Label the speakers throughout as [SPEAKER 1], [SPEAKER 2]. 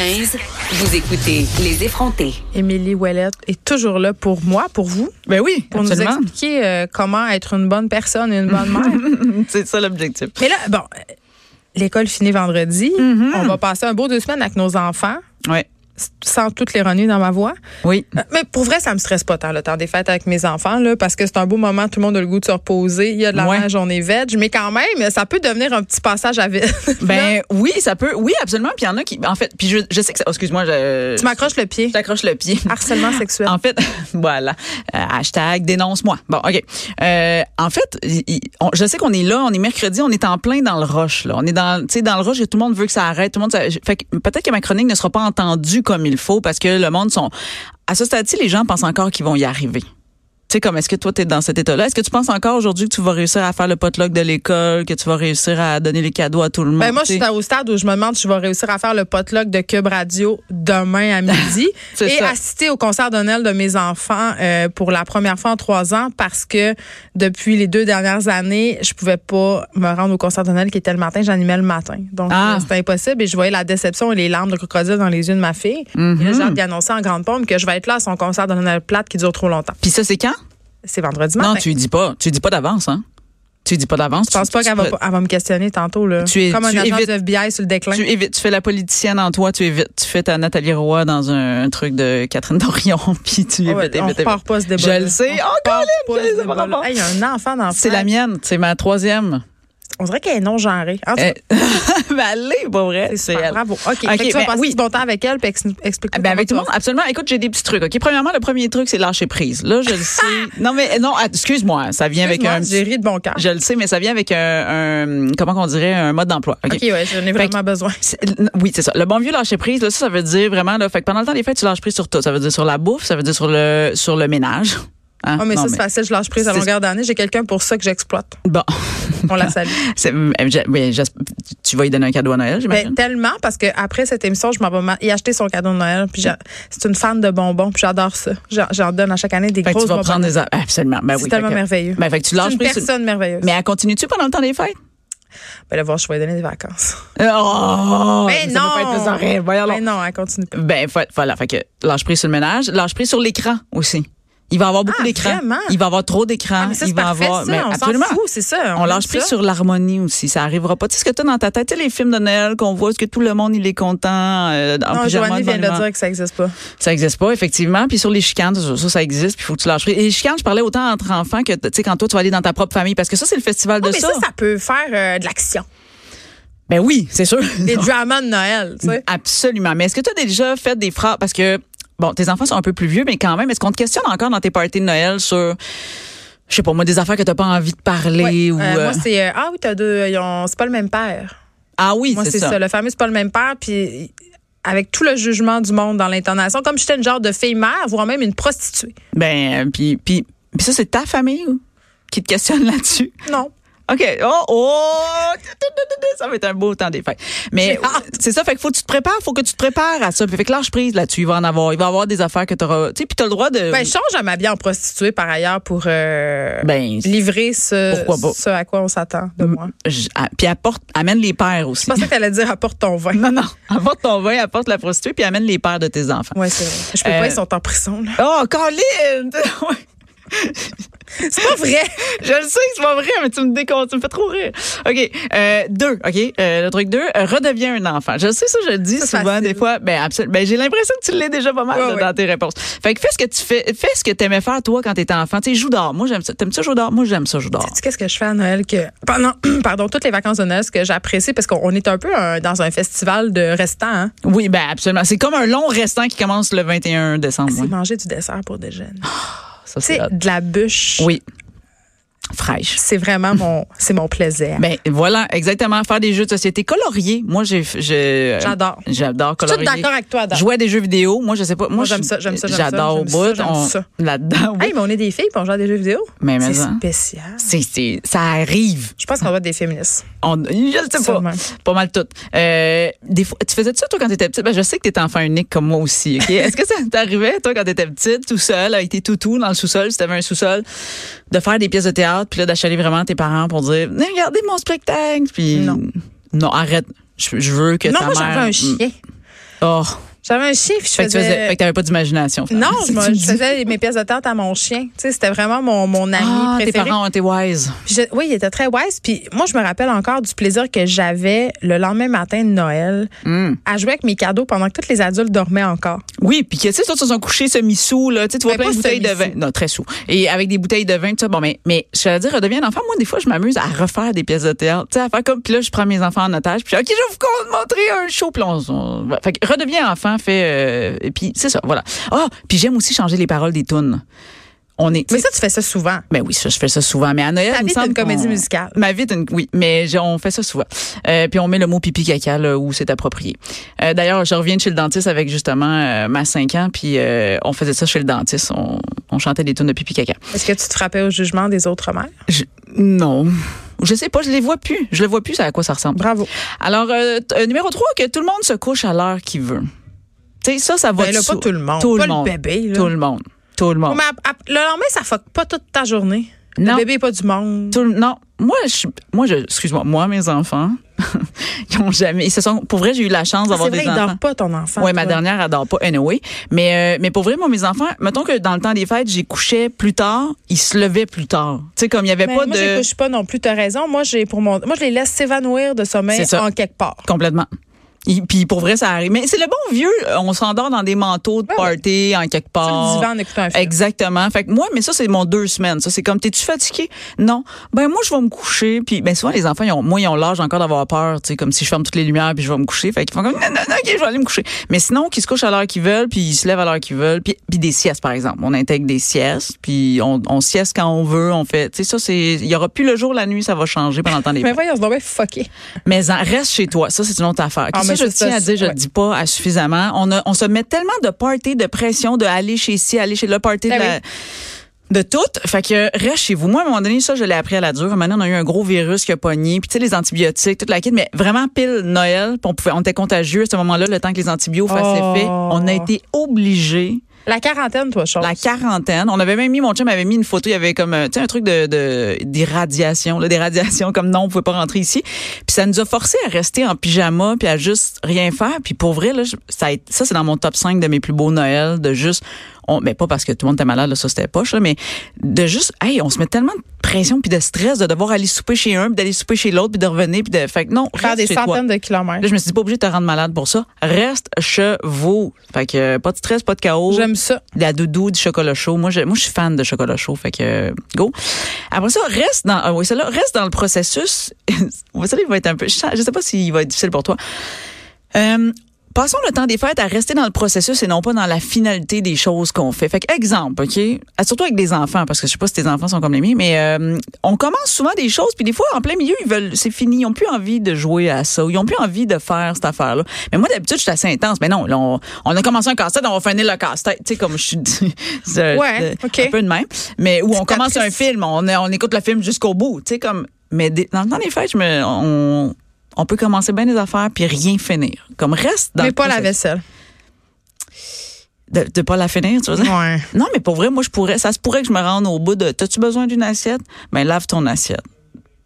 [SPEAKER 1] 15, vous écoutez Les effrontés.
[SPEAKER 2] Émilie Ouellette est toujours là pour moi, pour vous,
[SPEAKER 3] Ben oui,
[SPEAKER 2] pour
[SPEAKER 3] absolument.
[SPEAKER 2] nous expliquer euh, comment être une bonne personne et une bonne mère.
[SPEAKER 3] C'est ça l'objectif.
[SPEAKER 2] Mais là, bon, euh, l'école finit vendredi.
[SPEAKER 3] Mm-hmm.
[SPEAKER 2] On va passer un beau deux semaines avec nos enfants,
[SPEAKER 3] Ouais.
[SPEAKER 2] s- sans toute l'ironie dans ma voix.
[SPEAKER 3] Oui.
[SPEAKER 2] Euh, Mais pour vrai, ça me stresse pas tant le temps des fêtes avec mes enfants, là, parce que c'est un beau moment, tout le monde a le goût de se reposer. Il y a de la
[SPEAKER 3] Ouais.
[SPEAKER 2] neige, on est veg, mais quand même, ça peut devenir un petit passage à vide. Là,
[SPEAKER 3] Ben oui, ça peut. Oui, absolument. Puis il y en a qui. En fait, puis je, je sais que ça. oh, Excuse-moi, je.
[SPEAKER 2] tu m'accroches le pied.
[SPEAKER 3] Je t'accroche le pied.
[SPEAKER 2] Harcèlement sexuel.
[SPEAKER 3] En fait, voilà. Euh, hashtag dénonce-moi. Bon, OK. Euh, en fait, il- il- on- je sais qu'on est là, on est mercredi, on est en plein dans le rush. Là. On est dans, tu sais, dans le rush et tout le monde veut que ça arrête. Tout le monde, ça- fait que peut-être que ma chronique ne sera pas entendue comme il faut parce que le monde sont. À ce stade-ci, les gens pensent encore qu'ils vont y arriver. Tu sais, comme est-ce que toi, tu es dans cet état-là? Est-ce que tu penses encore aujourd'hui que tu vas réussir à faire le potluck de l'école, que tu vas réussir à donner les cadeaux à tout le monde?
[SPEAKER 2] Ben moi, je
[SPEAKER 3] tu sais?
[SPEAKER 2] suis au stade où je me demande si je vais réussir à faire le potluck de Cube Radio demain à midi
[SPEAKER 3] C'est
[SPEAKER 2] et
[SPEAKER 3] ça.
[SPEAKER 2] assister au concert de Noël de mes enfants euh, pour la première fois en trois ans parce que depuis les deux dernières années, je pouvais pas me rendre au concert de Noël qui était le matin. J'animais le matin. Donc,
[SPEAKER 3] Ah.
[SPEAKER 2] euh, c'était impossible et je voyais la déception et les larmes de crocodile dans les yeux de ma fille. Et là, j'ai
[SPEAKER 3] Mhm.
[SPEAKER 2] hâte d'y annoncer en grande pompe que je vais être là à son concert de Noël plate qui dure trop longtemps.
[SPEAKER 3] Puis ça, c'est quand?
[SPEAKER 2] C'est vendredi matin.
[SPEAKER 3] Non, tu lui dis pas. Tu lui dis pas d'avance, hein? Tu lui dis pas d'avance.
[SPEAKER 2] Je pense pas qu'elle va, pas- elle va me questionner tantôt. Là.
[SPEAKER 3] Tu es-
[SPEAKER 2] Comme un
[SPEAKER 3] tu
[SPEAKER 2] agent
[SPEAKER 3] évites-
[SPEAKER 2] de FBI sur le déclin.
[SPEAKER 3] Tu évites, tu fais la politicienne en toi, tu évites, tu fais ta Nathalie Roy dans un, un truc de Catherine Dorion, puis tu
[SPEAKER 2] Ah ouais,
[SPEAKER 3] évites,
[SPEAKER 2] on
[SPEAKER 3] évites,
[SPEAKER 2] repart
[SPEAKER 3] évites.
[SPEAKER 2] pas ce débat.
[SPEAKER 3] Je le sais. Oh, Colin, je les ai pas
[SPEAKER 2] Il
[SPEAKER 3] encore.
[SPEAKER 2] y a un enfant dans
[SPEAKER 3] C'est la mienne, c'est ma troisième.
[SPEAKER 2] On dirait qu'elle est non-genrée. En tout cas,
[SPEAKER 3] Eh, ben, elle est pas vrai, c'est
[SPEAKER 2] super,
[SPEAKER 3] elle.
[SPEAKER 2] bravo. OK. fait
[SPEAKER 3] Ok,
[SPEAKER 2] que tu vas
[SPEAKER 3] ben
[SPEAKER 2] passer
[SPEAKER 3] oui.
[SPEAKER 2] du bon temps avec elle, puis ex- explique-nous.
[SPEAKER 3] Ah, Ben
[SPEAKER 2] comment
[SPEAKER 3] avec tout le
[SPEAKER 2] tu
[SPEAKER 3] monde, absolument. Écoute, j'ai des petits trucs. Ok, premièrement, le premier truc, c'est lâcher prise. Là, je le sais. non mais non, ah, excuse-moi, ça vient
[SPEAKER 2] vas-
[SPEAKER 3] avec un.
[SPEAKER 2] Excuse-moi, J'ai ri de bon cœur.
[SPEAKER 3] Je le sais, mais ça vient avec un, un- comment qu'on dirait, un mode d'emploi.
[SPEAKER 2] OK,
[SPEAKER 3] Ok.
[SPEAKER 2] ouais, j'en ai vraiment besoin.
[SPEAKER 3] C'est- n- Oui, c'est ça. Le bon vieux lâcher prise, là, ça, ça veut dire vraiment, là, fait que pendant le temps des fêtes, tu lâches prise sur tout. Ça veut dire sur la bouffe, ça veut dire sur le, sur le ménage. Hein?
[SPEAKER 2] Ah, mais
[SPEAKER 3] Non,
[SPEAKER 2] ça, c'est facile, je lâche prise à
[SPEAKER 3] C'est-
[SPEAKER 2] longueur d'année. J'ai quelqu'un pour ça que j'exploite.
[SPEAKER 3] Bon,
[SPEAKER 2] On la salue.
[SPEAKER 3] C'est- euh, je- mais j'esp- tu vas lui donner un cadeau à Noël,
[SPEAKER 2] Ben,
[SPEAKER 3] j'imagine?
[SPEAKER 2] tellement, parce que après cette émission, je m'en vais ma- y acheter son cadeau de Noël. Puis j'a- c'est une fan de bonbons, puis j'adore ça. J'en- J'en donne à chaque année des
[SPEAKER 3] Fait que tu
[SPEAKER 2] grosses
[SPEAKER 3] vas
[SPEAKER 2] bonbons.
[SPEAKER 3] prendre des... a- Absolument. Ben,
[SPEAKER 2] C'est
[SPEAKER 3] oui,
[SPEAKER 2] tellement
[SPEAKER 3] fait que-
[SPEAKER 2] merveilleux.
[SPEAKER 3] Ben, fait que tu
[SPEAKER 2] C'est
[SPEAKER 3] lâches
[SPEAKER 2] une
[SPEAKER 3] prise. sur-
[SPEAKER 2] personne merveilleuse.
[SPEAKER 3] Mais elle continue-tu pendant le temps des fêtes?
[SPEAKER 2] Ben, là, voir, je vais lui donner des vacances.
[SPEAKER 3] Oh!
[SPEAKER 2] Mais
[SPEAKER 3] ça
[SPEAKER 2] Ben non!
[SPEAKER 3] peut pas être plus horrible. Voyons donc.
[SPEAKER 2] Mais non, elle continue pas.
[SPEAKER 3] Ben, fa- voilà. Fait que lâche prise sur le ménage, lâche prise sur l'écran aussi. Il va y avoir beaucoup
[SPEAKER 2] Ah,
[SPEAKER 3] d'écran.
[SPEAKER 2] vraiment?
[SPEAKER 3] Il va y avoir trop d'écran.
[SPEAKER 2] Ah, mais ça,
[SPEAKER 3] il
[SPEAKER 2] c'est
[SPEAKER 3] va y
[SPEAKER 2] parfait,
[SPEAKER 3] avoir.
[SPEAKER 2] ça.
[SPEAKER 3] mais
[SPEAKER 2] on s'en
[SPEAKER 3] absolument.
[SPEAKER 2] fout, c'est ça.
[SPEAKER 3] On lâche
[SPEAKER 2] aime
[SPEAKER 3] prise
[SPEAKER 2] ça.
[SPEAKER 3] sur l'harmonie aussi, ça arrivera pas. Tu sais ce que t'as dans ta tête, tu sais, les films de Noël qu'on voit, est-ce que tout le monde il est content euh, en
[SPEAKER 2] Non,
[SPEAKER 3] pyjama
[SPEAKER 2] Joanie
[SPEAKER 3] devant
[SPEAKER 2] vient de le
[SPEAKER 3] le
[SPEAKER 2] dire que ça n'existe pas.
[SPEAKER 3] Ça existe pas effectivement, puis sur les chicanes, ça, ça, ça existe, puis faut que tu lâches. prise. Et les chicanes, je parlais autant entre enfants que tu sais quand toi tu vas aller dans ta propre famille parce que ça c'est le festival de
[SPEAKER 2] Ah, mais
[SPEAKER 3] ça.
[SPEAKER 2] ça, ça peut faire euh, de l'action.
[SPEAKER 3] Ben oui, c'est sûr.
[SPEAKER 2] Des
[SPEAKER 3] Non.
[SPEAKER 2] dramas de Noël, tu sais.
[SPEAKER 3] Absolument. Mais est-ce que tu as déjà fait des phrases parce que bon, tes enfants sont un peu plus vieux mais quand même, est-ce qu'on te questionne encore dans tes parties de Noël sur je sais pas moi des affaires que t'as pas envie de
[SPEAKER 2] Ouais.
[SPEAKER 3] parler ou
[SPEAKER 2] Euh,
[SPEAKER 3] euh,
[SPEAKER 2] moi, c'est. euh, ah oui, t'as deux. ils ont- C'est pas le même père.
[SPEAKER 3] Ah oui,
[SPEAKER 2] Moi, c'est ça. Le fameux, c'est pas le même père. Puis, avec tout le jugement du monde dans l'intonation, comme j'étais une genre de fille mère, voire même une prostituée.
[SPEAKER 3] Ben, puis, puis, puis ça, c'est ta famille ou? qui te questionne là-dessus.
[SPEAKER 2] Non.
[SPEAKER 3] OK. Oh, oh! Ça va être un beau temps des fêtes. Mais
[SPEAKER 2] J'ai hâte.
[SPEAKER 3] c'est ça. Fait que faut que tu te prépares. Faut que tu te prépares à ça. Fait que lâche prise là-dessus. Il va en avoir. Il va y avoir des affaires que t'auras. Tu sais, puis t'as le droit de.
[SPEAKER 2] Ben, je change à m'habiller en prostituée, par ailleurs, pour euh,
[SPEAKER 3] Ben,
[SPEAKER 2] livrer ce,
[SPEAKER 3] Pourquoi pas?
[SPEAKER 2] ce à quoi on s'attend de moi.
[SPEAKER 3] je- ah, puis apporte, amène les pères aussi.
[SPEAKER 2] Je pensais que t'allais dire apporte ton vin.
[SPEAKER 3] Non, non. Apporte ton vin, apporte la prostituée, puis amène les pères de tes enfants.
[SPEAKER 2] Ouais, c'est vrai. Je peux
[SPEAKER 3] Euh,
[SPEAKER 2] pas, ils sont en prison, là.
[SPEAKER 3] Oh, Colin! Ouais.
[SPEAKER 2] C'est pas vrai!
[SPEAKER 3] Je le sais que c'est pas vrai, mais tu me décon, tu me fais trop rire. OK. Euh, deux, OK. Euh, le truc deux, euh, redeviens un enfant. Je sais ça, je le dis
[SPEAKER 2] C'est
[SPEAKER 3] souvent
[SPEAKER 2] facile.
[SPEAKER 3] des fois. Ben, absolument. Ben, j'ai l'impression que tu l'es déjà pas mal
[SPEAKER 2] Ouais,
[SPEAKER 3] là,
[SPEAKER 2] ouais.
[SPEAKER 3] dans tes réponses. Fait que fais ce que tu fais, fais ce que t'aimais faire toi quand t'étais enfant. Tu sais, joue d'or. Moi, j'aime ça. T'aimes ça, joue d'or? Moi, j'aime ça, joue d'or.
[SPEAKER 2] Sais-tu qu'est-ce que je fais à Noël que pendant pardon toutes les vacances de Noël ce que j'apprécie parce qu'on est un peu euh, dans un festival de restants hein,
[SPEAKER 3] Oui, ben, absolument. C'est comme un long restant qui commence le 21 décembre.
[SPEAKER 2] c'est
[SPEAKER 3] ouais. Ah,
[SPEAKER 2] manger du dessert pour déjeuner.
[SPEAKER 3] Ça,
[SPEAKER 2] Tu sais
[SPEAKER 3] hot.
[SPEAKER 2] de la bûche
[SPEAKER 3] Oui. fraîche.
[SPEAKER 2] C'est vraiment mon, c'est mon plaisir.
[SPEAKER 3] Ben voilà, exactement, faire des jeux de société coloriés. Moi, j'ai, j'ai-
[SPEAKER 2] J'adore.
[SPEAKER 3] J'adore
[SPEAKER 2] Je suis
[SPEAKER 3] colorier.
[SPEAKER 2] toute d'accord avec toi, Adam.
[SPEAKER 3] Jouer à des jeux vidéo, moi je sais pas. Moi,
[SPEAKER 2] Moi,
[SPEAKER 3] je
[SPEAKER 2] j'aime
[SPEAKER 3] suis-
[SPEAKER 2] ça, j'aime ça, j'aime ça,
[SPEAKER 3] J'adore au
[SPEAKER 2] j'aime ça,
[SPEAKER 3] bout.
[SPEAKER 2] j'aime
[SPEAKER 3] on-
[SPEAKER 2] ça.
[SPEAKER 3] Là-dedans, oui.
[SPEAKER 2] Hey, mais on est des filles, puis on joue à des jeux vidéo.
[SPEAKER 3] Mais, mais
[SPEAKER 2] c'est
[SPEAKER 3] ça.
[SPEAKER 2] spécial.
[SPEAKER 3] C'est- c'est- ça arrive.
[SPEAKER 2] Je pense qu'on va être des féministes.
[SPEAKER 3] On, je le sais pas.
[SPEAKER 2] Sûrement.
[SPEAKER 3] Pas mal toutes. Euh, des fois, tu faisais ça, toi, quand t'étais petite? Ben, je sais que t'étais enfant unique comme moi aussi. ok? Est-ce que ça t'arrivait, toi, quand t'étais petite, tout seul, avec tes toutous dans le sous-sol, si t'avais un sous-sol, de faire des pièces de théâtre, puis là, d'achaler vraiment tes parents pour dire, Venez, regardez mon spectacle, puis.
[SPEAKER 2] Non.
[SPEAKER 3] Non, arrête. Je, je veux que
[SPEAKER 2] non,
[SPEAKER 3] ta
[SPEAKER 2] moi,
[SPEAKER 3] mère.
[SPEAKER 2] j'avais un chien.
[SPEAKER 3] Oh.
[SPEAKER 2] J'avais un chien, puis je
[SPEAKER 3] Fait que, tu faisais-
[SPEAKER 2] faisais.
[SPEAKER 3] fait que t'avais pas d'imagination.
[SPEAKER 2] non,
[SPEAKER 3] finalement. C'est ce
[SPEAKER 2] moi,
[SPEAKER 3] que tu
[SPEAKER 2] je
[SPEAKER 3] me dis.
[SPEAKER 2] faisais mes pièces de tente à mon chien. Tu sais, c'était vraiment mon, mon ami
[SPEAKER 3] Ah, tes
[SPEAKER 2] préféré.
[SPEAKER 3] parents ont été wise.
[SPEAKER 2] Puis je- oui, il était très wise. Puis moi, je me rappelle encore du plaisir que j'avais le lendemain matin de Noël
[SPEAKER 3] Mm.
[SPEAKER 2] à jouer avec mes cadeaux pendant que tous les adultes dormaient encore.
[SPEAKER 3] Oui, puis que tu sais, ils sont couchés semi-sous, là, tu sais, tu vois
[SPEAKER 2] Mais
[SPEAKER 3] plein
[SPEAKER 2] pas
[SPEAKER 3] de bouteilles de vin.
[SPEAKER 2] semi-sous.
[SPEAKER 3] Non, très sous. Et avec des bouteilles de vin, tout ça. Bon, mais, mais je veux dire, redeviens un enfant. Moi, des fois, je m'amuse à refaire des pièces de théâtre. Tu sais, à faire comme, puis là, je prends mes enfants en otage, puis OK, je vais vous montrer un show, puis on, on- ouais. Fait que redeviens enfant, fait, euh, et puis c'est ça, voilà. Ah, puis j'aime aussi changer les paroles des tunes. On est, tu
[SPEAKER 2] Mais
[SPEAKER 3] sais,
[SPEAKER 2] ça, tu fais ça souvent.
[SPEAKER 3] ben oui, ça, je fais ça souvent. Mais à Noël,
[SPEAKER 2] Ta
[SPEAKER 3] il me
[SPEAKER 2] vie est
[SPEAKER 3] semble
[SPEAKER 2] une comédie
[SPEAKER 3] qu'on-
[SPEAKER 2] musicale.
[SPEAKER 3] Ma vie est une, oui, mais j'ai- on fait ça souvent. Euh, puis on met le mot pipi caca là, où c'est approprié. Euh, D'ailleurs, je reviens de chez le dentiste avec justement euh, ma 5 ans, puis euh, on faisait ça chez le dentiste. On, on chantait des tunes de pipi caca.
[SPEAKER 2] Est-ce que tu te frappais au jugement des autres mères?
[SPEAKER 3] Je- non, je sais pas, je les vois plus. Je les vois plus. ça À quoi ça ressemble
[SPEAKER 2] Bravo.
[SPEAKER 3] Alors euh, t- euh, numéro 3, que tout le monde se couche à l'heure qu'il veut. Tu sais, ça, ça va.
[SPEAKER 2] Ben là,
[SPEAKER 3] de
[SPEAKER 2] pas
[SPEAKER 3] sou-
[SPEAKER 2] tout le monde.
[SPEAKER 3] Tout
[SPEAKER 2] Pas
[SPEAKER 3] le
[SPEAKER 2] le
[SPEAKER 3] monde.
[SPEAKER 2] bébé, là.
[SPEAKER 3] Tout le monde. Tout le monde.
[SPEAKER 2] Mais à- à- le lendemain, ça fuck pas toute ta journée.
[SPEAKER 3] Non.
[SPEAKER 2] Le bébé est pas du monde.
[SPEAKER 3] Tout le- non, moi, je, moi, je, excuse-moi, moi, mes enfants, ils ont jamais, ils se sont, pour vrai, j'ai eu la chance
[SPEAKER 2] Ah,
[SPEAKER 3] d'avoir
[SPEAKER 2] C'est vrai, il
[SPEAKER 3] des enfants.
[SPEAKER 2] dort pas ton enfant.
[SPEAKER 3] Ouais, ma
[SPEAKER 2] toi.
[SPEAKER 3] dernière, elle dort pas, anyway. Mais, euh, mais pour vrai, moi, mes enfants, mettons que dans le temps des fêtes, j'y couchais plus tard, ils se levaient plus tard. Tu sais, comme il y avait
[SPEAKER 2] Mais
[SPEAKER 3] pas
[SPEAKER 2] moi, je
[SPEAKER 3] de.
[SPEAKER 2] couche pas non plus. T'as raison. Moi, j'ai pour mon, moi, je les laisse s'évanouir de sommeil
[SPEAKER 3] C'est ça.
[SPEAKER 2] en quelque part.
[SPEAKER 3] Complètement. Il- Puis pour vrai, ça arrive. Mais c'est le bon vieux, euh, on s'endort dans des manteaux de
[SPEAKER 2] Ben Ouais,
[SPEAKER 3] party, en quelque
[SPEAKER 2] Sur
[SPEAKER 3] part.
[SPEAKER 2] le divan en écoutant un film.
[SPEAKER 3] Exactement. Fait que moi, mais ça, c'est mon deux semaines. Ça, c'est comme, t'es-tu fatigué? Non. Ben, moi, je vais me coucher. Puis, ben, souvent, les enfants, ils ont, moi, ils ont l'âge encore d'avoir peur. Tu sais, comme si je ferme toutes les lumières, puis je vais me coucher. Fait qu'ils font comme, non, non, non, OK, je vais aller me coucher. Mais sinon, qu'ils se couchent à l'heure qu'ils veulent, puis ils se lèvent à l'heure qu'ils veulent. Puis, puis des siestes, par exemple. On intègre des siestes, puis on, on sieste quand on veut. On fait, tu sais, ça, c'est, il y aura plus le jour, la nuit, ça va changer pendant le temps des
[SPEAKER 2] Mais voyons, on se doit bien fucké.
[SPEAKER 3] mais en- reste chez toi. Ça, c'est une autre affaire.
[SPEAKER 2] Ah,
[SPEAKER 3] Que
[SPEAKER 2] mais
[SPEAKER 3] ça, je
[SPEAKER 2] ça,
[SPEAKER 3] tiens à
[SPEAKER 2] ça,
[SPEAKER 3] dire, je
[SPEAKER 2] ouais.
[SPEAKER 3] le dis pas à suffisamment. On, a- on se met tellement de party, de pression, de aller chez ci, aller chez le party,
[SPEAKER 2] Ben
[SPEAKER 3] de, la-
[SPEAKER 2] oui.
[SPEAKER 3] de tout. Fait que reste chez vous. Moi, à un moment donné, ça, je l'ai appris à la dure. Maintenant, on a eu un gros virus qui a pogné. Puis, tu sais, les antibiotiques, toute la kit. Mais vraiment, pile Noël, puis on, pouvait, on était contagieux à ce moment-là, le temps que les antibiotiques fassent
[SPEAKER 2] Oh.
[SPEAKER 3] effet. On a été obligés
[SPEAKER 2] La quarantaine, toi, Charles.
[SPEAKER 3] la quarantaine. On avait même mis, mon chum avait mis une photo, il y avait comme euh, tu sais, un truc de, de des radiations, là, des radiations comme non, on pouvait pas rentrer ici. Puis ça nous a forcé à rester en pyjama puis à juste rien faire. Puis pour vrai, là, je- ça, a été- ça c'est dans mon top 5 de mes plus beaux Noël, de juste, on, mais pas parce que tout le monde était malade, là, ça c'était poche, là, mais de juste, hey, on se met tellement de pression puis de stress de devoir aller souper chez un, puis d'aller souper chez l'autre, puis de revenir, puis de, fait que non,
[SPEAKER 2] Faire
[SPEAKER 3] reste
[SPEAKER 2] des
[SPEAKER 3] chez toi.
[SPEAKER 2] centaines de
[SPEAKER 3] Là,
[SPEAKER 2] kilomètres.
[SPEAKER 3] je me suis dit, pas obligé de te rendre malade pour ça. Reste chez vous. Fait que euh, pas de stress, pas de chaos
[SPEAKER 2] J'aime ça.
[SPEAKER 3] de la doudou, du chocolat chaud. Moi, je, moi, je suis fan de chocolat chaud. Fait que, euh, go. Après ça, reste dans, ah oui, celle-là, reste dans le processus. ça, il va être un peu, chiant. je sais pas s'il va être difficile pour toi. Euh, Passons le temps des fêtes à rester dans le processus et non pas dans la finalité des choses qu'on fait. Fait que, exemple, OK? Ah, Surtout avec des enfants, parce que je sais pas si tes enfants sont comme les miens, mais euh, on commence souvent des choses, puis des fois, en plein milieu, ils veulent, c'est fini, ils ont plus envie de jouer à ça, ou ils ont plus envie de faire cette affaire-là. Mais moi, d'habitude, je suis assez intense. Mais non, là, on, on a commencé un casse-tête, on va finir le casse-tête. Tu sais, comme je suis je-
[SPEAKER 2] Ouais,
[SPEAKER 3] je-
[SPEAKER 2] OK.
[SPEAKER 3] un peu de même. Mais où on commence un
[SPEAKER 2] actrice.
[SPEAKER 3] film, on, on écoute le film jusqu'au bout. Tu sais, comme, mais des- dans le temps des fêtes, je me, on, on peut commencer bien des affaires puis rien finir. Comme reste dans
[SPEAKER 2] Mais
[SPEAKER 3] le
[SPEAKER 2] pas la
[SPEAKER 3] processus.
[SPEAKER 2] vaisselle.
[SPEAKER 3] De, de pas la finir, tu veux dire?
[SPEAKER 2] Ouais.
[SPEAKER 3] Non, mais pour vrai, moi, je pourrais, ça se pourrait que je me rende au bout de T'as-tu besoin d'une assiette? Ben, lave ton assiette.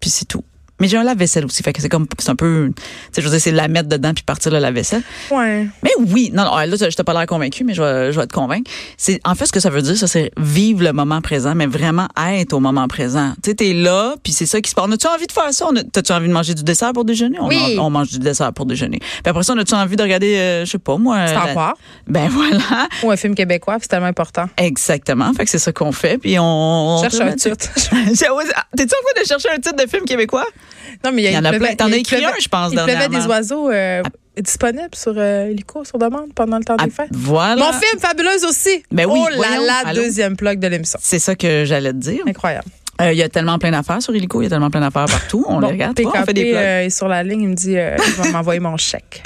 [SPEAKER 3] Puis c'est tout. Mais j'ai un lave-vaisselle aussi, fait que c'est comme, c'est un peu, tu sais, je veux dire, c'est de la mettre dedans puis partir le lave-vaisselle.
[SPEAKER 2] Ouais.
[SPEAKER 3] Mais oui, non, non, là, je t'ai pas l'air convaincu, mais je vais, je vais te convaincre. C'est, en fait, ce que ça veut dire, ça, c'est vivre le moment présent, mais vraiment être au moment présent. Tu sais, t'es là, puis c'est ça qui se passe. On a-tu envie de faire ça? On a- T'as-tu envie de manger du dessert pour déjeuner? On,
[SPEAKER 2] Oui.
[SPEAKER 3] a- on mange du dessert pour déjeuner. Puis après ça, on a-tu envie de regarder, euh, je sais pas, moi.
[SPEAKER 2] Star
[SPEAKER 3] la-
[SPEAKER 2] Wars.
[SPEAKER 3] Ben voilà.
[SPEAKER 2] Ou un film québécois, puis c'est tellement important.
[SPEAKER 3] Exactement. Fait que c'est ça qu'on fait, puis on. on
[SPEAKER 2] Cherche un titre.
[SPEAKER 3] J'ai- ouais, T'es-tu en train de chercher un titre de film québécois?
[SPEAKER 2] Non, mais il y, a-
[SPEAKER 3] Il y en a
[SPEAKER 2] pleuvait-
[SPEAKER 3] plein. T'en
[SPEAKER 2] il
[SPEAKER 3] as écrit
[SPEAKER 2] pleuvait-
[SPEAKER 3] un, je pense,
[SPEAKER 2] Il pleuvait
[SPEAKER 3] dernièrement.
[SPEAKER 2] des oiseaux euh, disponibles sur euh, Illico, sur demande, pendant le temps
[SPEAKER 3] Ah,
[SPEAKER 2] des fêtes.
[SPEAKER 3] voilà.
[SPEAKER 2] Mon film, fabuleuse aussi.
[SPEAKER 3] Ben oui,
[SPEAKER 2] oh là
[SPEAKER 3] voyons,
[SPEAKER 2] là,
[SPEAKER 3] allô?
[SPEAKER 2] deuxième plug de l'émission.
[SPEAKER 3] C'est ça que j'allais te dire.
[SPEAKER 2] Incroyable.
[SPEAKER 3] Euh, Il y a tellement plein d'affaires sur Illico, il y a tellement plein d'affaires partout. On
[SPEAKER 2] Bon,
[SPEAKER 3] les regarde, pas,
[SPEAKER 2] PKP
[SPEAKER 3] on fait des plugs. Euh,
[SPEAKER 2] euh, est sur la ligne, il me dit euh, il va m'envoyer mon chèque.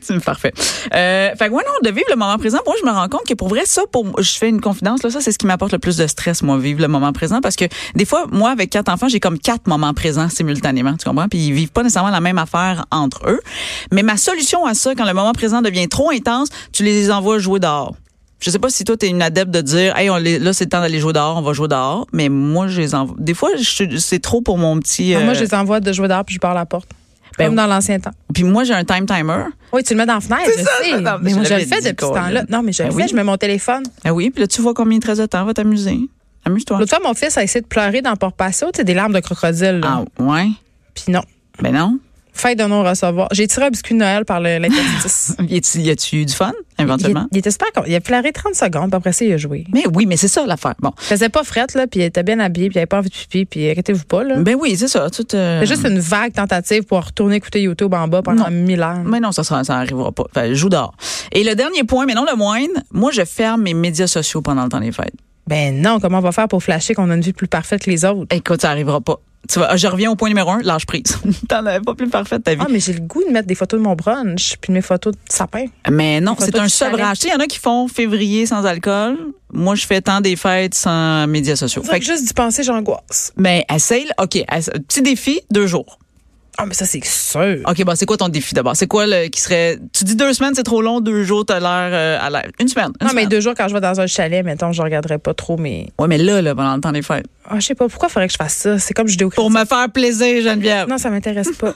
[SPEAKER 3] C'est parfait. Euh, fait que ouais, non, de vivre le moment présent, moi, je me rends compte que pour vrai, ça, pour, je fais une confidence, là, ça, c'est ce qui m'apporte le plus de stress, moi, vivre le moment présent, parce que des fois, moi, avec quatre enfants, j'ai comme quatre moments présents simultanément, tu comprends? Puis ils vivent pas nécessairement la même affaire entre eux. Mais ma solution à ça, quand le moment présent devient trop intense, tu les envoies jouer dehors. Je sais pas si toi t'es une adepte de dire, hey, on les- là c'est le temps d'aller jouer dehors, on va jouer dehors. Mais moi, je les envoie. Des fois, je- c'est trop pour mon petit.
[SPEAKER 2] Ah, Moi,
[SPEAKER 3] euh,
[SPEAKER 2] je les envoie de jouer dehors puis je barre la porte.
[SPEAKER 3] Ben
[SPEAKER 2] Comme dans l'ancien temps.
[SPEAKER 3] Puis moi, j'ai un time timer.
[SPEAKER 2] Oui, tu le mets dans la fenêtre, je sais.
[SPEAKER 3] non, mais
[SPEAKER 2] mais
[SPEAKER 3] je
[SPEAKER 2] moi, je le
[SPEAKER 3] l'avais
[SPEAKER 2] fais
[SPEAKER 3] dit,
[SPEAKER 2] depuis ce
[SPEAKER 3] Colin.
[SPEAKER 2] temps-là. Non, mais je le
[SPEAKER 3] Ben
[SPEAKER 2] fais,
[SPEAKER 3] oui.
[SPEAKER 2] je mets mon téléphone.
[SPEAKER 3] Ah oui, puis là, tu vois combien il te reste de temps, va t'amuser. Amuse-toi.
[SPEAKER 2] L'autre fois, mon fils a essayé de pleurer dans Port-Patio, tu sais, des larmes de crocodile. là.
[SPEAKER 3] Ah ouais?
[SPEAKER 2] Puis non.
[SPEAKER 3] Ben non.
[SPEAKER 2] Fête de non-recevoir. J'ai tiré un biscuit de Noël par le- l'interdictice.
[SPEAKER 3] Y a-tu y a-tu eu du fun,
[SPEAKER 2] il, est-
[SPEAKER 3] éventuellement?
[SPEAKER 2] il était super con. Il a pleuré 30 secondes, puis après ça, il a joué.
[SPEAKER 3] Mais oui, mais c'est ça l'affaire. Bon.
[SPEAKER 2] Il faisait pas frette, là, puis il était bien habillé, puis il avait pas envie de pipi, puis inquiétez-vous pas, là.
[SPEAKER 3] Ben oui, c'est ça. Tout, euh,
[SPEAKER 2] C'est juste une vague tentative pour retourner écouter YouTube en bas pendant mille heures.
[SPEAKER 3] Mais non, ça sera, ça arrivera pas. Fait, joue dehors. Et le dernier point, mais non le moindre, moi, je ferme mes médias sociaux pendant le temps des fêtes.
[SPEAKER 2] Ben non, comment on va faire pour flasher qu'on a une vie plus parfaite que les autres?
[SPEAKER 3] Écoute, ça arrivera pas. Tu vois, je reviens au point numéro un, lâche prise. T'en avais pas plus parfait de ta vie.
[SPEAKER 2] Ah, mais j'ai le goût de mettre des photos de mon brunch puis de mes photos de sapin.
[SPEAKER 3] Mais non,
[SPEAKER 2] Des
[SPEAKER 3] c'est
[SPEAKER 2] photos
[SPEAKER 3] un
[SPEAKER 2] du chalet.
[SPEAKER 3] sevrage. Tu sais, il y en a qui font février sans alcool. Moi, je fais tant des fêtes sans médias sociaux.
[SPEAKER 2] Fait
[SPEAKER 3] Fait
[SPEAKER 2] que
[SPEAKER 3] que,
[SPEAKER 2] juste d'y penser, j'angoisse.
[SPEAKER 3] mais essaye, OK, essaye- petit défi, deux jours.
[SPEAKER 2] Ah, mais ça, c'est sûr.
[SPEAKER 3] OK, bon, c'est quoi ton défi d'abord? C'est quoi le qui serait. Tu dis deux semaines, c'est trop long, deux jours, t'as l'air euh, à l'air. Une semaine.
[SPEAKER 2] non, mais deux jours, quand je vais dans un chalet, mettons, je regarderai pas trop, mais.
[SPEAKER 3] Oui, mais là, là, pendant le temps des fêtes.
[SPEAKER 2] Ah, je sais pas, pourquoi faudrait que je fasse ça? C'est comme judéo
[SPEAKER 3] Pour me faire plaisir, Geneviève.
[SPEAKER 2] Non, ça m'intéresse pas.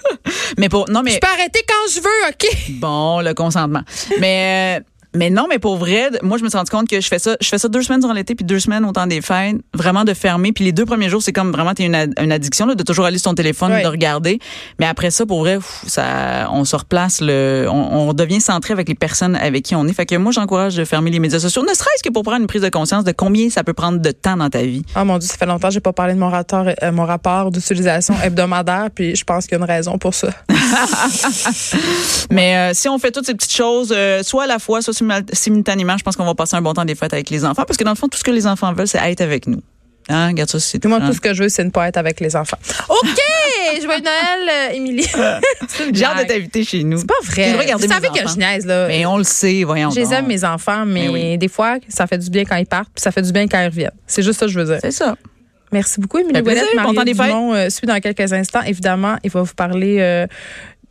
[SPEAKER 3] Mais pour. Non,
[SPEAKER 2] je
[SPEAKER 3] mais.
[SPEAKER 2] peux arrêter quand je veux, OK?
[SPEAKER 3] Bon, le consentement. mais. euh, Mais non, mais pour vrai, moi je me suis rendu compte que je fais ça, je fais ça deux semaines durant l'été puis deux semaines au temps des fêtes, vraiment de fermer. Puis les deux premiers jours, c'est comme vraiment t'es une, ad- une addiction là, de toujours aller sur ton téléphone,
[SPEAKER 2] Ouais.
[SPEAKER 3] de regarder. Mais après ça, pour vrai, pff, ça, on se replace le, on, on devient centré avec les personnes avec qui on est. Fait que moi j'encourage de fermer les médias sociaux, ne serait-ce que pour prendre une prise de conscience de combien ça peut prendre de temps dans ta vie.
[SPEAKER 2] Ah, mon Dieu, ça fait longtemps que j'ai pas parlé de mon rapport, euh, mon rapport d'utilisation hebdomadaire, puis je pense qu'il y a une raison pour ça.
[SPEAKER 3] Mais euh, si on fait toutes ces petites choses, euh, soit à la fois, soit simu- simultanément, je pense qu'on va passer un bon temps des fêtes avec les enfants, parce que dans le fond, tout ce que les enfants veulent, c'est être avec nous. Hein, regarde ça, c'est
[SPEAKER 2] Puis moi,
[SPEAKER 3] hein.
[SPEAKER 2] tout ce que je veux, c'est ne pas être avec les enfants. OK! Joyeux Noël, euh, Émilie. C'est une
[SPEAKER 3] J'ai hâte de
[SPEAKER 2] blague.
[SPEAKER 3] t'inviter chez nous.
[SPEAKER 2] C'est pas vrai.
[SPEAKER 3] J'ai regardé
[SPEAKER 2] Vous
[SPEAKER 3] mes
[SPEAKER 2] savez que
[SPEAKER 3] enfants.
[SPEAKER 2] je niaise, là.
[SPEAKER 3] Mais on le sait, voyons.
[SPEAKER 2] je les
[SPEAKER 3] donc.
[SPEAKER 2] aime, mes enfants, mais
[SPEAKER 3] Ben oui.
[SPEAKER 2] des fois, ça fait du bien quand ils partent, puis ça fait du bien quand ils reviennent. C'est juste ça que je veux dire.
[SPEAKER 3] C'est ça.
[SPEAKER 2] Merci beaucoup, Émilie
[SPEAKER 3] Fait plaisir,
[SPEAKER 2] Ouellette.
[SPEAKER 3] bon temps
[SPEAKER 2] Marie
[SPEAKER 3] des fêtes.
[SPEAKER 2] Dumont euh, suit dans quelques instants. Évidemment, il va vous parler euh,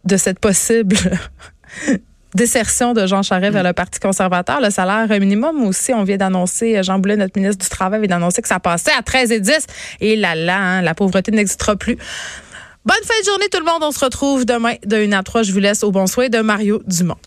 [SPEAKER 2] de cette possible désertion de Jean Charest vers le Parti conservateur. Le salaire minimum aussi, on vient d'annoncer, euh, Jean Boulet, notre ministre du Travail, vient d'annoncer que ça passait à 13 et 10. Et là, là, hein, la pauvreté n'existera plus. Bonne fin de journée tout le monde. On se retrouve demain de 1 à 3. Je vous laisse au bon soin de Mario Dumont.